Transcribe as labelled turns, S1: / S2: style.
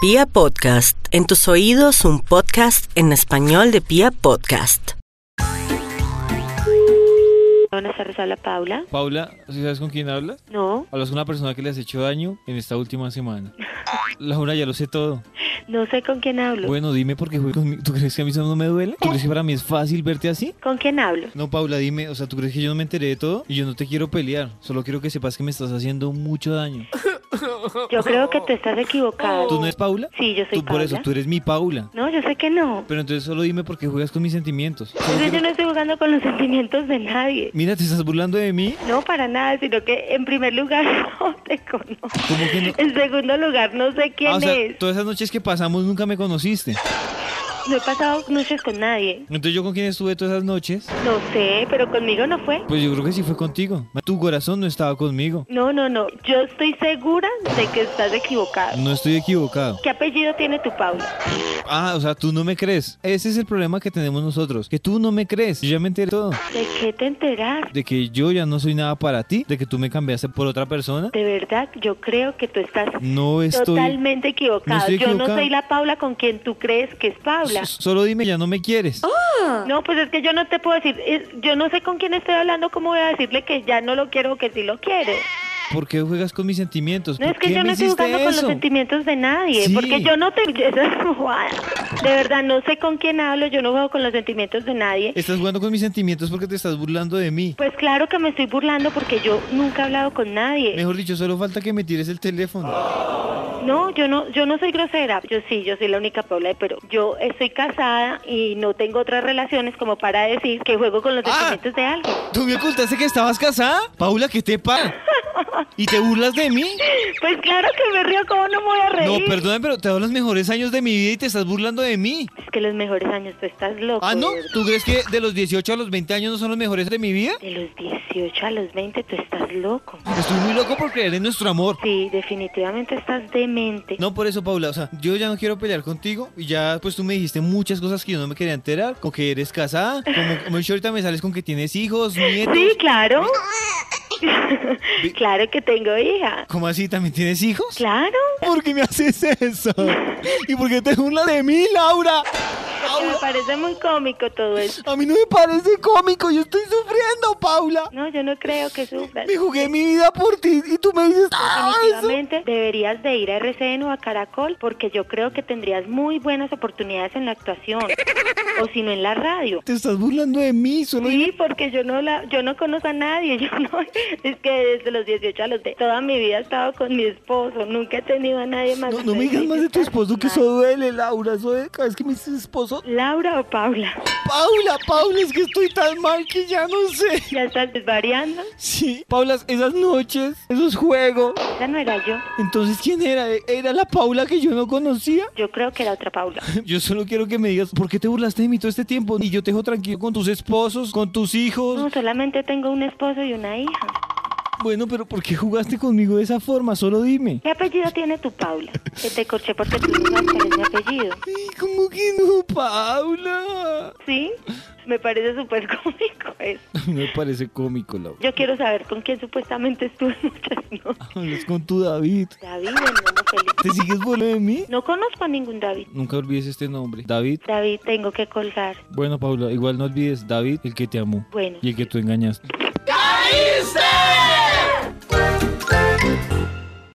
S1: Pia Podcast, en tus oídos un podcast en español de Pia Podcast.
S2: Buenas tardes, habla Paula.
S3: Paula, ¿sí sabes con quién hablas?
S2: No,
S3: Hablas con una persona que le has hecho daño en esta última semana. Laura, ya lo sé todo.
S2: no sé con quién hablo.
S3: Bueno, dime por qué juegas conmigo. ¿Tú crees que a mí eso no me duele? ¿Tú crees que para mí es fácil verte así?
S2: ¿Con quién hablo?
S3: No, Paula, dime, o sea, ¿tú crees que yo no me enteré de todo? Y yo no te quiero pelear, solo quiero que sepas que me estás haciendo mucho daño.
S2: Yo creo que te estás equivocado.
S3: ¿Tú no eres Paula?
S2: Sí, yo soy
S3: Tú por eso,
S2: Paula.
S3: tú eres mi Paula.
S2: No, yo sé que no.
S3: Pero entonces solo dime por qué juegas con mis sentimientos. Solo
S2: Entonces
S3: quiero-
S2: yo no estoy jugando con los sentimientos de nadie.
S3: Mira, ¿te estás burlando de mí?
S2: No, para nada, sino que en primer lugar no te conozco.
S3: ¿Cómo que no?
S2: En segundo lugar no sé quién
S3: Ah, o sea,
S2: es.
S3: todas esas noches que pasamos nunca me conociste.
S2: No he pasado noches con nadie.
S3: Entonces, ¿yo con quién estuve todas esas noches?
S2: No sé, pero conmigo no fue.
S3: Pues yo creo que sí fue contigo. Tu corazón no estaba conmigo.
S2: No, no, no. Yo estoy segura de que estás equivocado.
S3: No estoy equivocado.
S2: ¿Qué apellido tiene tu Paula?
S3: Ah, o sea, tú no me crees. Ese es el problema que tenemos nosotros. Que tú no me crees. Yo ya me enteré de todo.
S2: ¿De qué te enteras?
S3: De que yo ya no soy nada para ti. De que tú me cambiaste por otra persona.
S2: De verdad, yo creo que tú estás
S3: No estoy...
S2: Totalmente
S3: no
S2: equivocado.
S3: estoy
S2: Yo no
S3: equivocado.
S2: soy la Paula con quien tú crees que es Paula.
S3: S- Solo dime, ya no me quieres.
S2: Oh. No, pues es que yo no te puedo decir, es- yo no sé con quién estoy hablando, ¿cómo voy a decirle que ya no lo quiero o que sí lo quiero?
S3: ¿Por qué juegas con mis sentimientos?
S2: No,
S3: ¿Por
S2: es que
S3: qué
S2: yo
S3: me
S2: no estoy
S3: hiciste
S2: jugando con los
S3: eso?
S2: sentimientos de nadie,
S3: Sí.
S2: porque yo no te... esa es bobada. De verdad, no sé con quién hablo, yo no juego con los sentimientos de nadie.
S3: Estás jugando con mis sentimientos porque te estás burlando de mí.
S2: Pues claro que me estoy burlando porque yo nunca he hablado con nadie.
S3: Mejor dicho, solo falta que me tires el teléfono.
S2: No, yo no, yo no soy grosera. Yo sí, yo soy la única Paula de Perú. Yo estoy casada y no tengo otras relaciones como para decir que juego con los
S3: Ah.
S2: sentimientos de alguien.
S3: ¿Tú me ocultaste que estabas casada? Paula, ¿qué te pasa? ¿Y te burlas de mí?
S2: Pues claro que me río, ¿cómo no me voy a
S3: No,
S2: reír?
S3: perdóname, pero te doy los mejores años de mi vida y te estás burlando de mí.
S2: Es que los mejores años, tú estás loco.
S3: Ah, ¿no?
S2: de verdad.
S3: ¿Tú crees que de los 18 a los 20 años no son los mejores de mi vida?
S2: De los 18 a los 20, tú estás loco.
S3: Estoy muy loco por creer en nuestro amor.
S2: Sí, definitivamente estás demente.
S3: No, por eso, Paula, o sea, yo ya no quiero pelear contigo y ya, pues tú me dijiste muchas cosas que yo no me quería enterar, con que eres casada, como, como si ahorita me sales con que tienes hijos, nietos.
S2: Sí, claro. claro que tengo hija.
S3: ¿Cómo así? ¿También tienes hijos?
S2: Claro.
S3: ¿Por qué me haces eso? ¿Y por qué te burlas de mí, Laura?
S2: porque Me parece muy cómico todo esto.
S3: A mí no me parece cómico, yo estoy sufriendo, Paula.
S2: No, yo no creo que sufras.
S3: Me jugué mi vida por ti y tú me dices, "Ah, eso".
S2: Definitivamente deberías de ir a RCN o a Caracol porque yo creo que tendrías muy buenas oportunidades en la actuación o si no en la radio.
S3: Te estás burlando de mí, solo
S2: Sí, porque yo no la, yo no conozco a nadie, yo no, es que desde los 18 a los de toda mi vida he estado con mi esposo, nunca he tenido a nadie más.
S3: No, no me digas más de tu esposo que eso duele, Laura. Eso de cada vez que me dices esposo.
S2: Laura o Paula,
S3: Paula, Paula, es que estoy tan mal que ya no sé.
S2: ya estás desvariando,
S3: Sí, Paula, esas noches, esos juegos.
S2: esa no era yo,
S3: Entonces, ¿quién era? ¿Era la Paula que yo no conocía?
S2: yo creo que era otra Paula.
S3: Yo solo quiero que me digas, ¿por qué te burlaste de mí todo este tiempo? Y yo te dejo tranquilo con tus esposos, con tus
S2: No,
S3: hijos.
S2: solamente tengo un esposo y una hija.
S3: Bueno, pero ¿por qué jugaste conmigo de esa forma? Solo dime.
S2: ¿Qué apellido tiene tu Paula? Que te corché porque tú no sabes cuál es mi apellido.
S3: Ay, ¿Cómo que no, Paula?
S2: Sí, me parece súper cómico eso.
S3: No me parece cómico, Laura.
S2: Yo quiero saber con quién supuestamente estuve muchas noches.
S3: Hablas con tu David.
S2: David, el mono feliz.
S3: ¿Te sigues burlando de mí?
S2: No conozco a ningún David.
S3: Nunca olvides este nombre. David.
S2: David, tengo que colgar.
S3: Bueno, Paula, igual no olvides David, el que te amó
S2: Bueno,
S3: y el que tú engañaste.